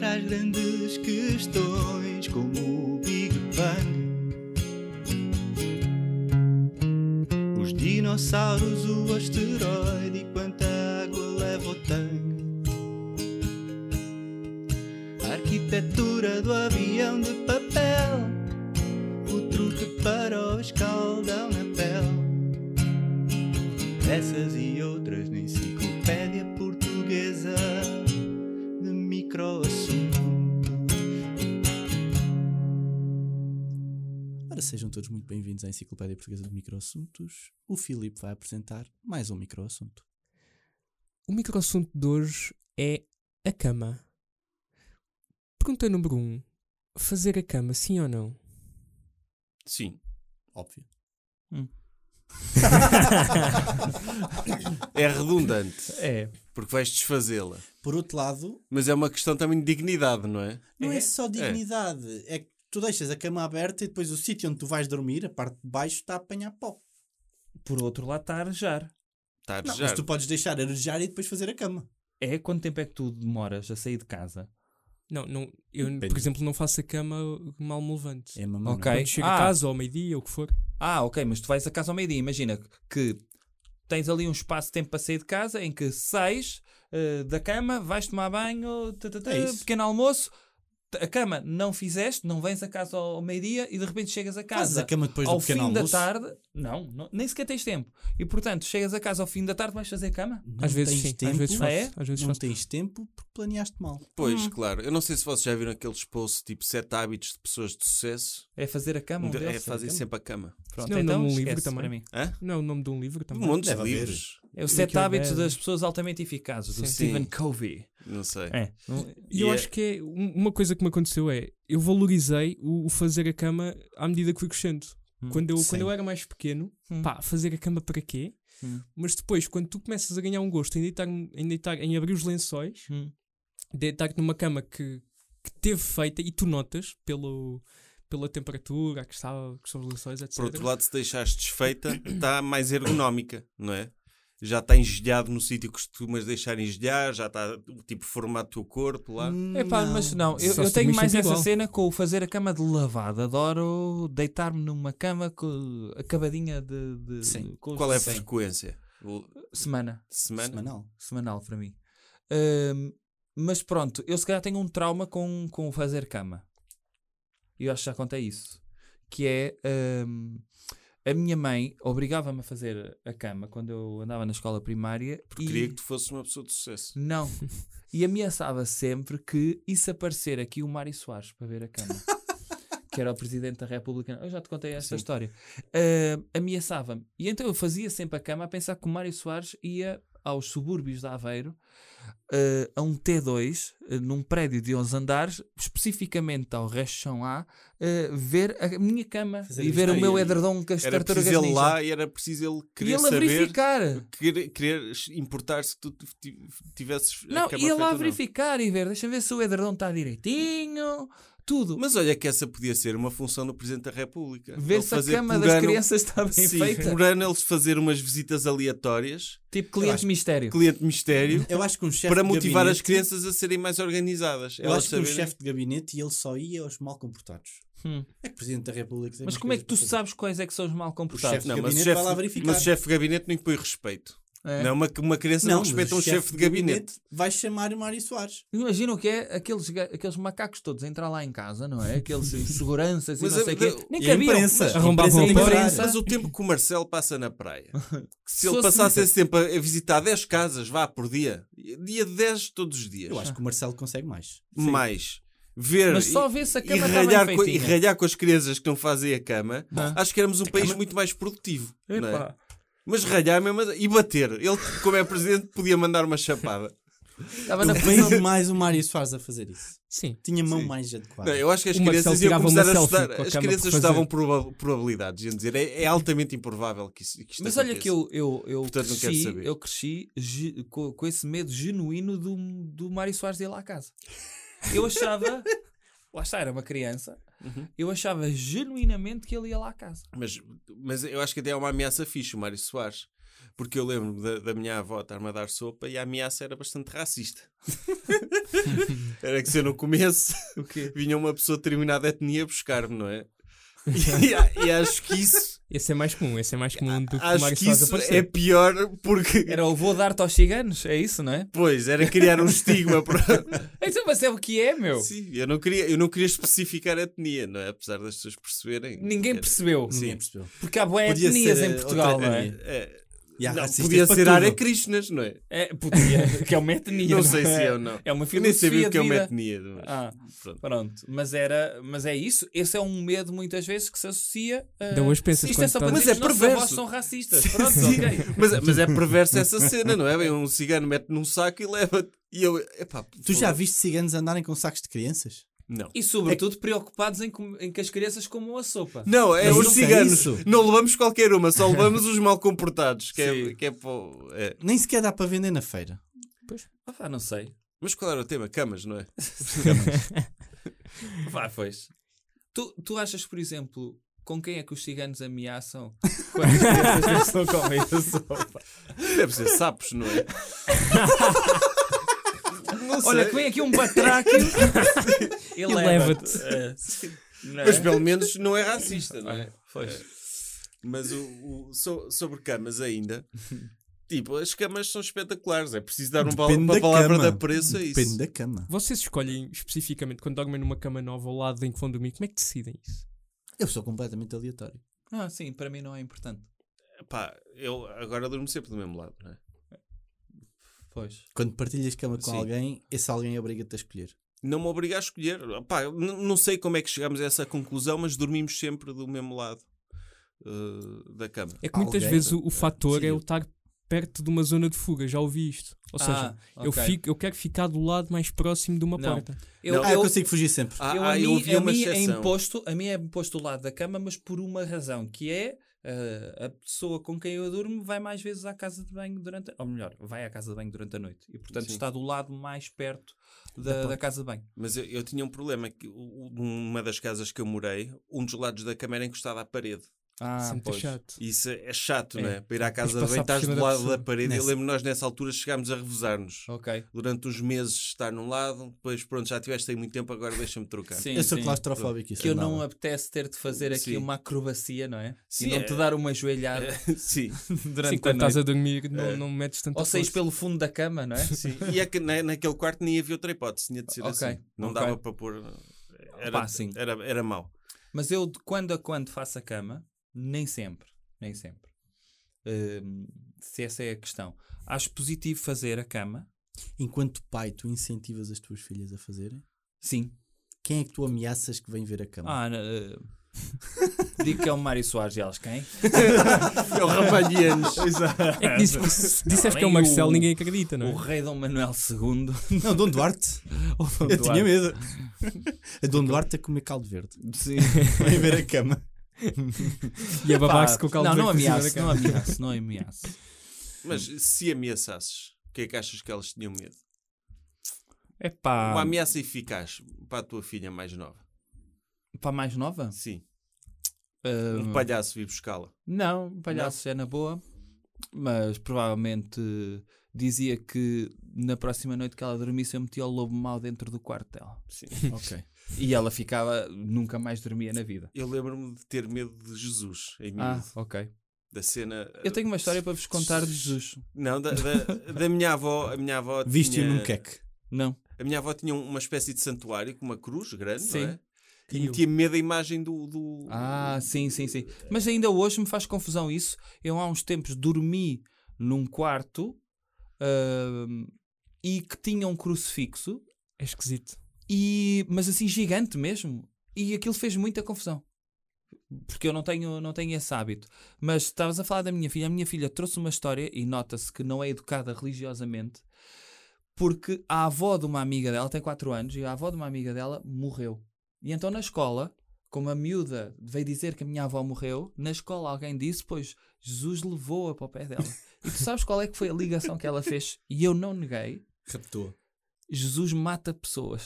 grandes questões, como o Big Bang. Os dinossauros, o asteroide e quanta água leva o tanque. A arquitetura do avião de papel, o truque para o escaldão na pele. Essas e outras na enciclopédia portuguesa de microassunto. Ora, sejam todos muito bem-vindos à Enciclopédia Portuguesa de Microassuntos. O Filipe vai apresentar mais um microassunto. O microassunto de hoje é a cama. Pergunta número 1. Um, fazer a cama, sim ou não? Sim. Óbvio. É redundante, É. porque vais desfazê-la. Por outro lado, Mas é uma questão também de dignidade, não é? não é, só dignidade, é. que tu deixas a cama aberta e depois o sítio onde tu vais dormir, a parte de baixo, está a apanhar pó. Por outro lado, está a arejar. Está a Não, arejar. mas tu podes deixar arejar e depois fazer a cama. É quanto tempo é que tu demoras a sair de casa? Não, não, eu, Depende. por exemplo, não faço a cama mal me levante. É mamão. Ok. Quando chego a Ah. casa, ou ao meio-dia, ou o que for. Ah, ok, mas tu vais a casa ao meio-dia. Imagina que tens ali um espaço de tempo para sair de casa em que sais eh, da cama, vais tomar banho, tã, tã, tã, É isso. pequeno almoço, t- a cama não fizeste, não vens a casa ao ao meio-dia e de repente chegas a Fazes casa. a cama depois ao do pequeno fim almoço. da tarde, não, não- nem sequer tens tempo. E portanto, chegas a casa ao fim da tarde, vais fazer cama? Não às vezes tens sim, tempo, Ah, às vezes faço. é? Às vezes Não faço. tens tempo porque planeaste mal. Pois, claro. Eu não sei se vocês já viram aqueles posts tipo 7 hábitos de pessoas de sucesso. É fazer a cama? um De- deles, é fazer a cama. sempre a cama. Pronto, Não, então não, um esquece livro também. para mim. Hã? Não é o nome de um livro também. Montes Deve de haver. livros. É o Sete David. Hábitos das Pessoas Altamente Eficazes, do Sim. Stephen Sim. Covey. Não sei. É. E eu E é- acho que é um- uma coisa que me aconteceu é eu valorizei o, o fazer a cama à medida que fui crescendo. Hum, quando, eu, sim. quando eu era mais pequeno, Hum. pá, fazer a cama para quê? Hum. Mas depois, quando tu começas a ganhar um gosto em deitar, em, deitar, em abrir os lençóis, Hum. deitar-te numa cama que, que teve feita e tu notas pelo, pela temperatura a que, estava, que são os lençóis, etc. Por outro lado, se deixares desfeita, está mais ergonómica, não é? Já está engelhado no sítio que costumas deixar engelhar, já está tipo formado o teu corpo lá. Hum, É pá, mas não, eu, Só eu se tenho dormiste mais sempre essa igual. cena com o fazer a cama de lavado. Adoro deitar-me numa cama com acabadinha de. de Sim. com os- Qual é a Sim. frequência? O- Semana. Semana? Semanal. Semanal para mim. Ahm, mas pronto, eu se calhar tenho um trauma com, com o fazer cama. Eu acho que já contei isso. Que é. ahm, a minha mãe obrigava-me a fazer a cama quando eu andava na escola primária. Porque e- queria que tu fosses uma pessoa de sucesso. Não. E ameaçava sempre que e se aparecer aqui o Mário Soares para ver a cama. que era o Presidente da República. Eu já te contei esta história. Ah, ameaçava-me. E então eu fazia sempre a cama a pensar que o Mário Soares ia aos subúrbios de Aveiro ah, a um T2 ah, num prédio de 11 andares especificamente ao Rechão A ah, ver a minha cama Fazer e ver o isto. meu Ah, e- edredom com as Era tartarugas preciso ele ninja. lá e era preciso ele e querer ele a saber, verificar querer, querer importar-se que tu ti- tivesses. a Não, cama ia feita lá é ou não. verificar e ver, deixa ver se o edredom está direitinho, tudo. Mas olha que essa podia ser uma função do Presidente da República. ver Ele se a fazer cama por das ano- crianças está bem Sim, Um feita. por ano eles fazer umas visitas aleatórias, Tipo Eu cliente acho- mistério. cliente mistério, Eu acho que um chefe para de motivar as gabinete- crianças a serem mais organizadas. Eu Elas acho que um saberem. chefe de gabinete e ele só ia aos mal comportados. Hum. É que o Presidente da República tem Mas umas como é que tu coisas para sabes quais é que são os mal comportados? chefe- Não, mas o gabinete chefe vai lá verificar. mas o chefe de gabinete não impõe respeito. É. Não, uma, uma criança fazer. não, mas respeita o um chefe de gabinete. Vai chamar o Mário Soares. Imagina o que é aqueles, ga- aqueles macacos todos a entrar lá em casa, não é? Aqueles seguranças e Mas não a- sei o quê. de- Nem e a cabiam. imprensa? mas- Arrombavam imprensa a porta. imprensa. Mas o tempo que o Marcelo passa na praia, que se ele fosse- passasse esse tempo a, a visitar 10 casas, vá por dia, dia 10 todos os dias, Eu acho que o Marcelo consegue mais. mais, ver Mas só e- vê se a e cama está ralhar bem co- e feitinha. ralhar com as crianças que não fazem a cama, Ah. acho que éramos um país muito mais produtivo. não é? Epá. Mas ralhar mesmo e bater. Ele, como é presidente, podia mandar uma chapada. Estava na Eu prisão. vejo mais o Mário Soares a fazer isso. Sim. Tinha mão Sim. mais adequada. Não, eu acho que as O Marcelo crianças iam tirava começar uma a selfie estudar. com a As cama crianças por estudavam proba- probabilidades. Iam dizer, é, é altamente improvável que, isso, que isto Mas olha aconteça. que eu, eu, eu Portanto, não quero cresci, saber. eu cresci ge- co- com, esse medo genuíno do, do Mário Soares ir lá à casa. Eu achava, lá está, era uma criança, Uhum. eu achava genuinamente que ele ia lá à casa. Mas, mas eu acho que até é uma ameaça fixe, o Mário Soares. Porque eu lembro-me da, da minha avó estar-me a dar sopa e a ameaça era bastante racista. era que se eu não comesse, O quê? vinha uma pessoa de determinada etnia buscar-me, não é? E, e a- e acho que isso, Esse é mais comum, esse é mais comum do que o acho Mário que Soares isso é aparecer. pior porque. Era o vou dar-te aos ciganos, é isso, não é? Pois, era criar um estigma. para- Então, mas é o que é, meu. Sim, eu não, queria, eu não queria especificar a etnia, não é? Apesar das pessoas perceberem. Ninguém Era- percebeu. Hum. Ninguém percebeu. Porque há boé Podia etnias ser, em eh, Portugal, outra não é? etnia. É, E há não, racistas podia para ser tudo. área Krishnas, não é? é? Podia, que é uma etnia. Não sei é? se é ou não. É uma Eu nem sabia filosofia o que é de uma vida. etnia. mas Ah, pronto. pronto. Mas, era, mas é isso. Esse é um medo muitas vezes que se associa a. Ainda hoje pensas Isto é quando só estás- para Mas dizer é que os nossos perverso. avós são racistas. Pronto, Sim, ok. mas, mas é perversa essa cena, não é? Bem, um cigano mete num saco e leva-te. E eu, epá, Tu já foda-se. viste ciganos andarem com sacos de crianças? Não. E sobretudo preocupados em, com- em que as crianças comam a sopa. Não, é Mas os isso é ciganos. isso. não levamos qualquer uma, só levamos os mal comportados. Que é, Sim. que é, pô, é. Nem sequer dá para vender na feira. Ah, não sei. Mas qual era o tema? Camas, não é? Vá, pois. Tu, tu achas, por exemplo, com quem é que os ciganos ameaçam quando as crianças não comem a sopa? Deve ser sapos, não é? Não sei. Olha, que vem aqui um batráquio e leva-te. É. Não é? Mas pelo menos não é racista, não é? Olha, pois. Mas o, o- so- sobre camas ainda, tipo, as camas são espetaculares. É preciso dar um pal- Depende uma da palavra cama. de apreço a isso. Depende da cama. Vocês escolhem especificamente quando dormem numa cama nova ao lado em que vão dormir, como é que decidem isso? Eu sou completamente aleatório. Ah, sim, para mim não é importante. Pá, eu agora durmo sempre do mesmo lado, não é? Pois. Quando partilhas cama com Sim. alguém, esse alguém é obriga-te a escolher. Não me obriga a escolher. Pá, eu n- não sei como é que chegámos a essa conclusão, mas dormimos sempre do mesmo lado uh, da cama. É que muitas Alguém- vezes o, o fator é decidiu. eu estar perto de uma zona de fuga, já ouvi isto. Ou seja, Ah, eu, ok. fico, eu quero ficar do lado mais próximo de uma Não. porta. Eu, Não. é Ah, eu, eu, consigo fugir sempre. Ah, eu ah, a eu mim, ouvi a uma mim é exceção. imposto, a mim é imposto o lado da cama, mas por uma razão, que é ah, a pessoa com quem eu durmo vai mais vezes à casa de banho durante, a- ou melhor, vai à casa de banho durante a noite e portanto Sim. está do lado mais perto da, da casa de banho. Mas eu, eu tinha um problema que o- o- numa das casas que eu morei, um dos lados da cama era encostado à parede. Ah, é Sempre é chato. E Isso é chato, É. não é? Para ir à casa de passar banho, por estás do cima da lado pessoa. da parede. Eu Nessa. lembro nós nessa altura chegámos a revezar-nos. Ok. Durante uns meses estar num lado, depois pronto, já tiveste aí muito tempo, agora deixa-me trocar. Sim, eu sou sim. claustrofóbico. Isso Que eu é não mau. apetece ter de fazer aqui Sim. uma acrobacia, não é? Sim, e não é- te dar uma joelhada Sim. durante Sim, a quando noite. É. estás a dormir, não, não metes tanta Ou seis força. pelo fundo da cama, não é? Sim. E é que na, naquele quarto nem havia outra hipótese, tinha de ser Ok, assim. Não ok. dava para pôr. eh, Era, Pá, sim. era, era mau. Mas eu, de quando a quando, faço a cama, nem sempre. Nem sempre. Hum, se essa é a questão. Acho positivo fazer a cama. Enquanto pai, tu incentivas as tuas filhas a fazerem? Sim. Quem é que tu ameaças que vem ver a cama? Ah, eh, digo que é o Mário Soares e elas quem? É o Ramalhianos. É que disse- se disseste que é o Além Marcelo, o- ninguém acredita, não é? O rei Dom Manuel II. Não, Dom Duarte. ou Dom Eu tinha Duarte. medo. A Dom Duarte a comer caldo verde. Sim. Vem ver a cama. E a Pá, babar-se com o caldo não, não verde por cima da ameaço, cama. não ameaço, não ameaço. Mas se ameaçasses, o que é que achas que elas tinham medo? É pá. Uma ameaça eficaz para a tua filha mais nova. Para a mais nova? Sim. Eh, Um palhaço vir buscá-la. Não, palhaços é na boa, mas provavelmente dizia que na próxima noite que ela dormisse eu metia o lobo mau dentro do quarto dela. Sim. Ok. e ela ficava, nunca mais dormia na vida. Eu lembro-me de ter medo de Jesus em Ah, miúdo. ok. Da cena. eh, Eu tenho uma história para vos contar de Jesus. Não, da, da, da minha avó. A minha avó Viste-o tinha- num queque. Não. A minha avó tinha uma espécie de santuário com uma cruz grande, Sim. não é? E metia medo a imagem do. do- Ah, sim, sim, sim. Mas ainda hoje me faz confusão isso. Eu há uns tempos dormi num quarto ahm, e que tinha um crucifixo, É esquisito. e mas assim gigante mesmo e aquilo fez muita confusão porque eu não tenho não tenho esse hábito mas estavas a falar da minha filha a minha filha trouxe uma história e nota-se que não é educada religiosamente porque a avó de uma amiga dela tem 4 anos e a avó de uma amiga dela morreu e então na escola como a miúda veio dizer que a minha avó morreu na escola alguém disse pois Jesus levou-a para o pé dela e tu sabes qual é que foi a ligação que ela fez e eu não neguei Raptou. Jesus mata pessoas.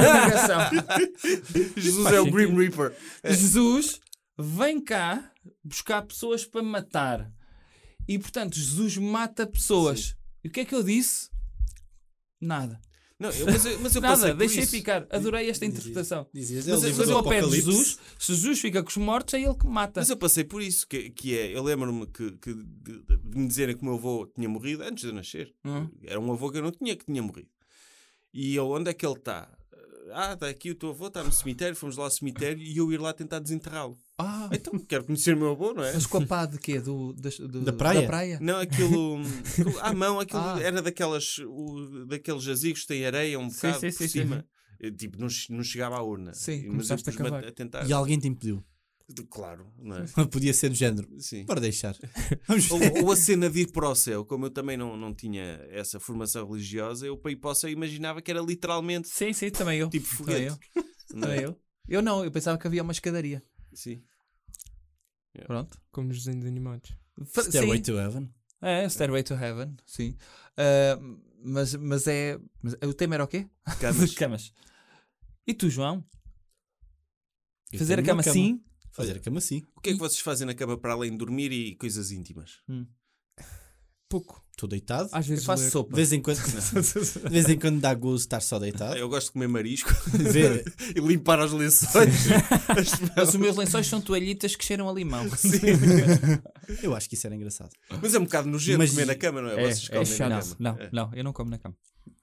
Ligação. Jesus é o Grim Reaper. Jesus vem cá buscar pessoas para matar. E portanto, Jesus mata pessoas. E o que é que eu disse? Nada. Não, eu- mas eu, mas eu Então, passei Nada, por deixei isso. ficar. Adorei esta Dizias- interpretação. Dizias, Mas, é o livro mas do eu ao pé de Apocalipse. Jesus, se Jesus fica com os mortos, é ele que mata. Mas eu passei por isso, que, que é, eu lembro-me que, que de, de me dizerem que o meu avô tinha morrido antes de eu nascer. Hum. Era um avô que eu não tinha, que tinha morrido. E eu, onde é que ele está? Ah, está aqui o teu avô, está no cemitério, fomos lá ao cemitério e eu ir lá tentar desenterrá-lo. Ah, Então, quero conhecer o meu avô, não é? mas com a pá de quê? Do, das- do- Da praia? Da praia? Não, aquilo. aquilo- à mão, aquilo Ah. era daquelas, o- daqueles jazigos que têm areia um Sim, bocado sim, por sim, sim. cima. Eh, Tipo, não, che- não chegava à urna. Sim, E- mas eu começaste a pus-me cavar. a, a tentar. E alguém te impediu. De- Claro, não é? Podia ser do género. Sim. Bora deixar. Vamos ver. ou, ou a cena de ir para o céu, como eu também não, não tinha essa formação religiosa, eu para ir para o céu imaginava que era literalmente Sim, sim, também eu. tipo também foguete. é? eu. Também eu. Eu não, eu pensava que havia uma escadaria. Sim. Pronto. Como nos desenhos animados. Fa- Stairway sim. to Heaven. É, Stairway to Heaven, sim. Ah, mas, mas é. mas o tema era o quê? Camas. Camas. E tu, João? Eu Fazer a tenho cama, assim? uma sim? Fazer a cama assim. sim. O que é que vocês fazem na cama para além de dormir e coisas íntimas? Pouco. Estou deitado. Às Eu é vezes faço ler. De sopa. vez em quando, de vez em quando dá gozo estar só deitado. Eu gosto de comer marisco Ver, e limpar os lençóis. Mas os meus lençóis são toalhitas que cheiram a limão. eu acho que isso era engraçado. Mas é um bocado nojento Mas- comer na cama, não é? vocês comem na não, cama. não, não, eu não como na cama.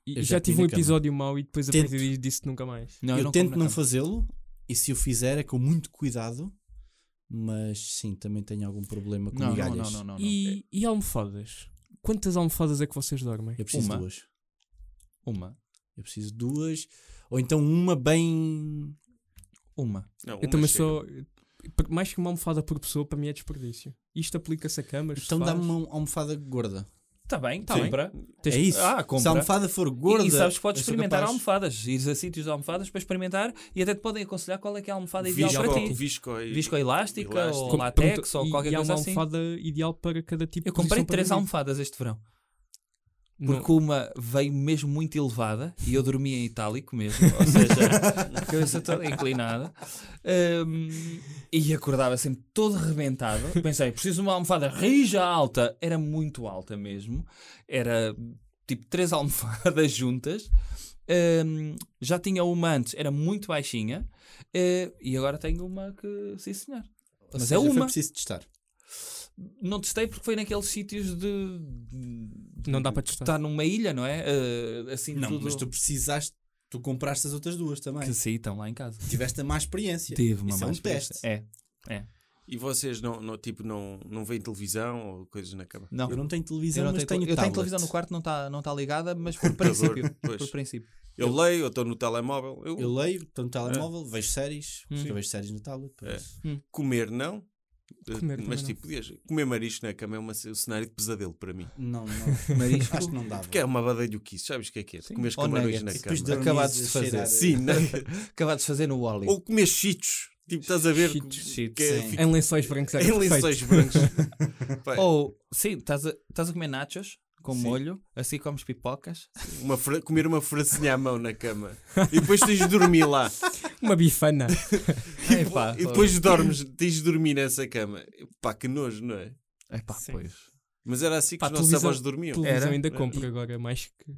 E Eu já, já é tive comi um na cama. episódio mau e depois a Tento. partir daí disse nunca mais. Não, eu não tento como na não cama. fazê-lo e se o fizer é com muito cuidado, mas sim, também tenho algum problema com Não, não, migalhas. não, não, não, é. não. E, e almofadas? Quantas almofadas é que vocês dormem? Eu preciso Uma. duas. Uma, Eu preciso duas, ou então uma bem. uma. Não, um Eu uma também chega. só. por- Mais que uma almofada por pessoa, para mim é desperdício. Isto aplica-se a camas. Então sofás. dá-me um uma almofada gorda. Está Tá bem, Sim. compra. Tens- É isso. Ah, Se a compra. almofada for gorda. E, e sabes que podes eu sou experimentar capaz. almofadas. Ires a sítios de almofadas para experimentar e até te podem aconselhar qual é que é a almofada ideal para Visco, ti. visco e... Viscoelástica Elástico. ou Como- latex pergunta- ou e- qualquer e há coisa uma assim. almofada ideal para cada tipo Eu de posição comprei para três dormir. almofadas este verão. Não, Porque uma veio mesmo muito elevada e eu dormia em itálico mesmo, ou seja, a cabeça toda inclinada. Ahm, e acordava sempre todo rebentado. Pensei, preciso de uma almofada rija alta. Era muito alta mesmo. Era tipo três almofadas juntas. Ahm, já tinha uma antes, era muito baixinha. Eh, e agora tenho uma que, sim senhor. Ou Mas seja, é Foi uma. preciso testar. Não testei porque foi naqueles sítios de não dá para testar. está numa ilha, não é? Eh, assim Não, tudo. mas tu precisaste. Tu compraste as outras duas também. que sim, estão lá em casa. Tiveste a má experiência. Tive uma Isso é um mais teste. É. E vocês não, não, tipo, não, não veem televisão ou coisas na cama? Não. Eu não tenho Eu televisão, não mas tenho, tenho eu tenho tablet. televisão no quarto, não está não tá ligada, mas por Computador, princípio. pois. por princípio. Eu leio, eu estou no telemóvel. Eu, Eu leio, estou no telemóvel, vejo séries, Hum. porque eu vejo séries no tablet. por É. isso. Comer não. Comer também mas não. tipo, podias. Comer marisco na cama é uma, um cenário de pesadelo para mim. Não, não. Marisco. Acho que não dava. Porque é uma badalhoquice, sabes o que é que é? Sim. Comer Ou camarões nuggets. na E depois cama. dormes Acabaste a de fazer. cheirar- Sim, né? Acabado de fazer no Wally. ou comer cheetos. Tipo, estás a ver? Cheetos, Oh, que- cheetos, que é- sim. fica- Em lençóis brancos era Em perfeito. lençóis brancos. Pá, Ou, sim, estás a, estás a comer nachos com Sim. molho, assim comes pipocas. uma fra- Comer uma francinha à mão na cama. E depois tens de dormir lá. Uma bifana. Epá, E depois dormes, tens de dormir nessa cama. Pá, que nojo, não é? Epá, Sim. pois. Mas era assim que Pá, os nossos televisão- avós dormiam. televisão Era. É. ainda Era. compra agora, mais que.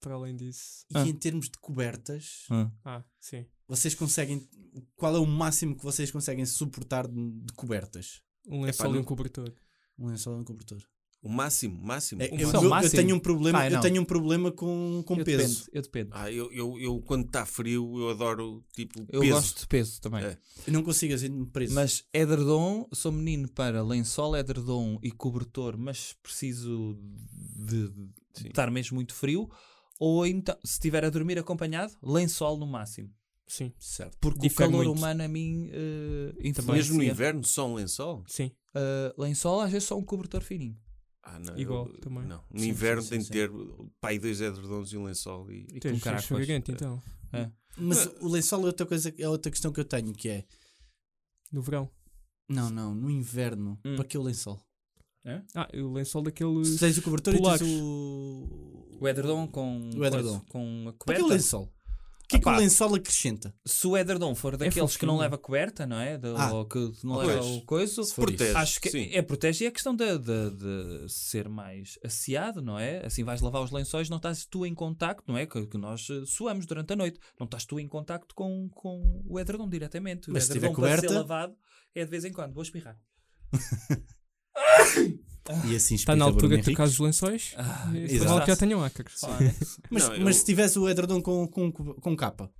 Para além disso. E Ah. em termos de cobertas, Ah, sim. vocês conseguem. Qual é o máximo que vocês conseguem suportar de, de cobertas? Um lençol e não- um cobertor. Um lençol e um cobertor. O máximo, máximo. É, O eu, máximo. só o eu- eu máximo? tenho um problema, Ah, eu não. tenho um problema com, com eu peso. dependo, eu dependo. Ah, eu, eu, eu quando está frio, eu adoro tipo Eu peso. gosto de peso também. É. Eu não consigo assim me preso. Mas edredom, sou menino para lençol, edredom e cobertor, mas preciso de, de Sim. estar mesmo muito frio. Ou então, se estiver a dormir acompanhado, lençol no máximo. Sim. certo. Porque Difere o calor muito. humano a mim eh, Mesmo no influencia. inverno, só um lençol? Sim. Eh, lençol às vezes só um cobertor fininho. Ah, não, Igual, eu- também. Não. No Sim, inverno sim, tem sim, de ter pai dois edredons e um lençol. E... E com Tens caracóis. um gigante, então. Mas o lençol é outra coisa, é outra questão que eu tenho, que é No verão. não, não, no inverno, Hum. para que o lençol? Ah, e o lençol daquele. Se tens o cobertor Polares. e tens o. O edredom com, O edredom. com Para a que coberta. o lençol? que é que Epá. o lençol acrescenta? Se o edredom for daqueles que não fofinho. leva coberta, não é? Do- Ah. É Ou que não Pois. leva o coiso. Se for Protege. isso. Acho que sim. é protege e a questão de, de- de ser mais asseado, não é? Assim vais lavar os lençóis, não estás tu em contacto, não é? Que, que nós eh, suamos durante a noite, não estás tu em contacto com, com o edredom diretamente. O Mas se tiver edredom para ser coberta- lavado é de vez em quando, vou espirrar. E assim tá explica Está na Bruno altura de Henriques. trocar os lençóis. Ah, e exato. Espero mal que já tenham ácaros. Pá, né? Mas, Não, eu- mas se tivesse o edredom com, com, com capa,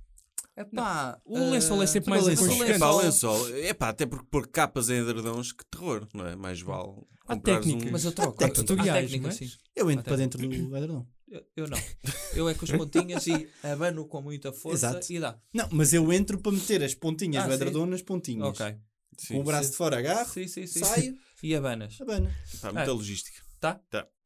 Epá, O Ah, lençol é sempre mais mas o aconchegante. É pá, lençol- lençol. É pá, até porque pôr capas em edredons, que terror, não é? Mais vale. Há comprares técnica. um- Mas eu troco. Há Há tutoriais, técnica, mas- sim. eu entro Até para dentro do edredom. Eu, eu não. Eu é com as pontinhas e abano com muita força Exato. e dá. Não, mas eu entro para meter as pontinhas Ah, do sim. edredom nas pontinhas. Ok. Sim, Com o braço de fora agarro, Sim, sim, sim. saio, E abanas. abana. Pá, muita Ah. logística. Tá? Tá.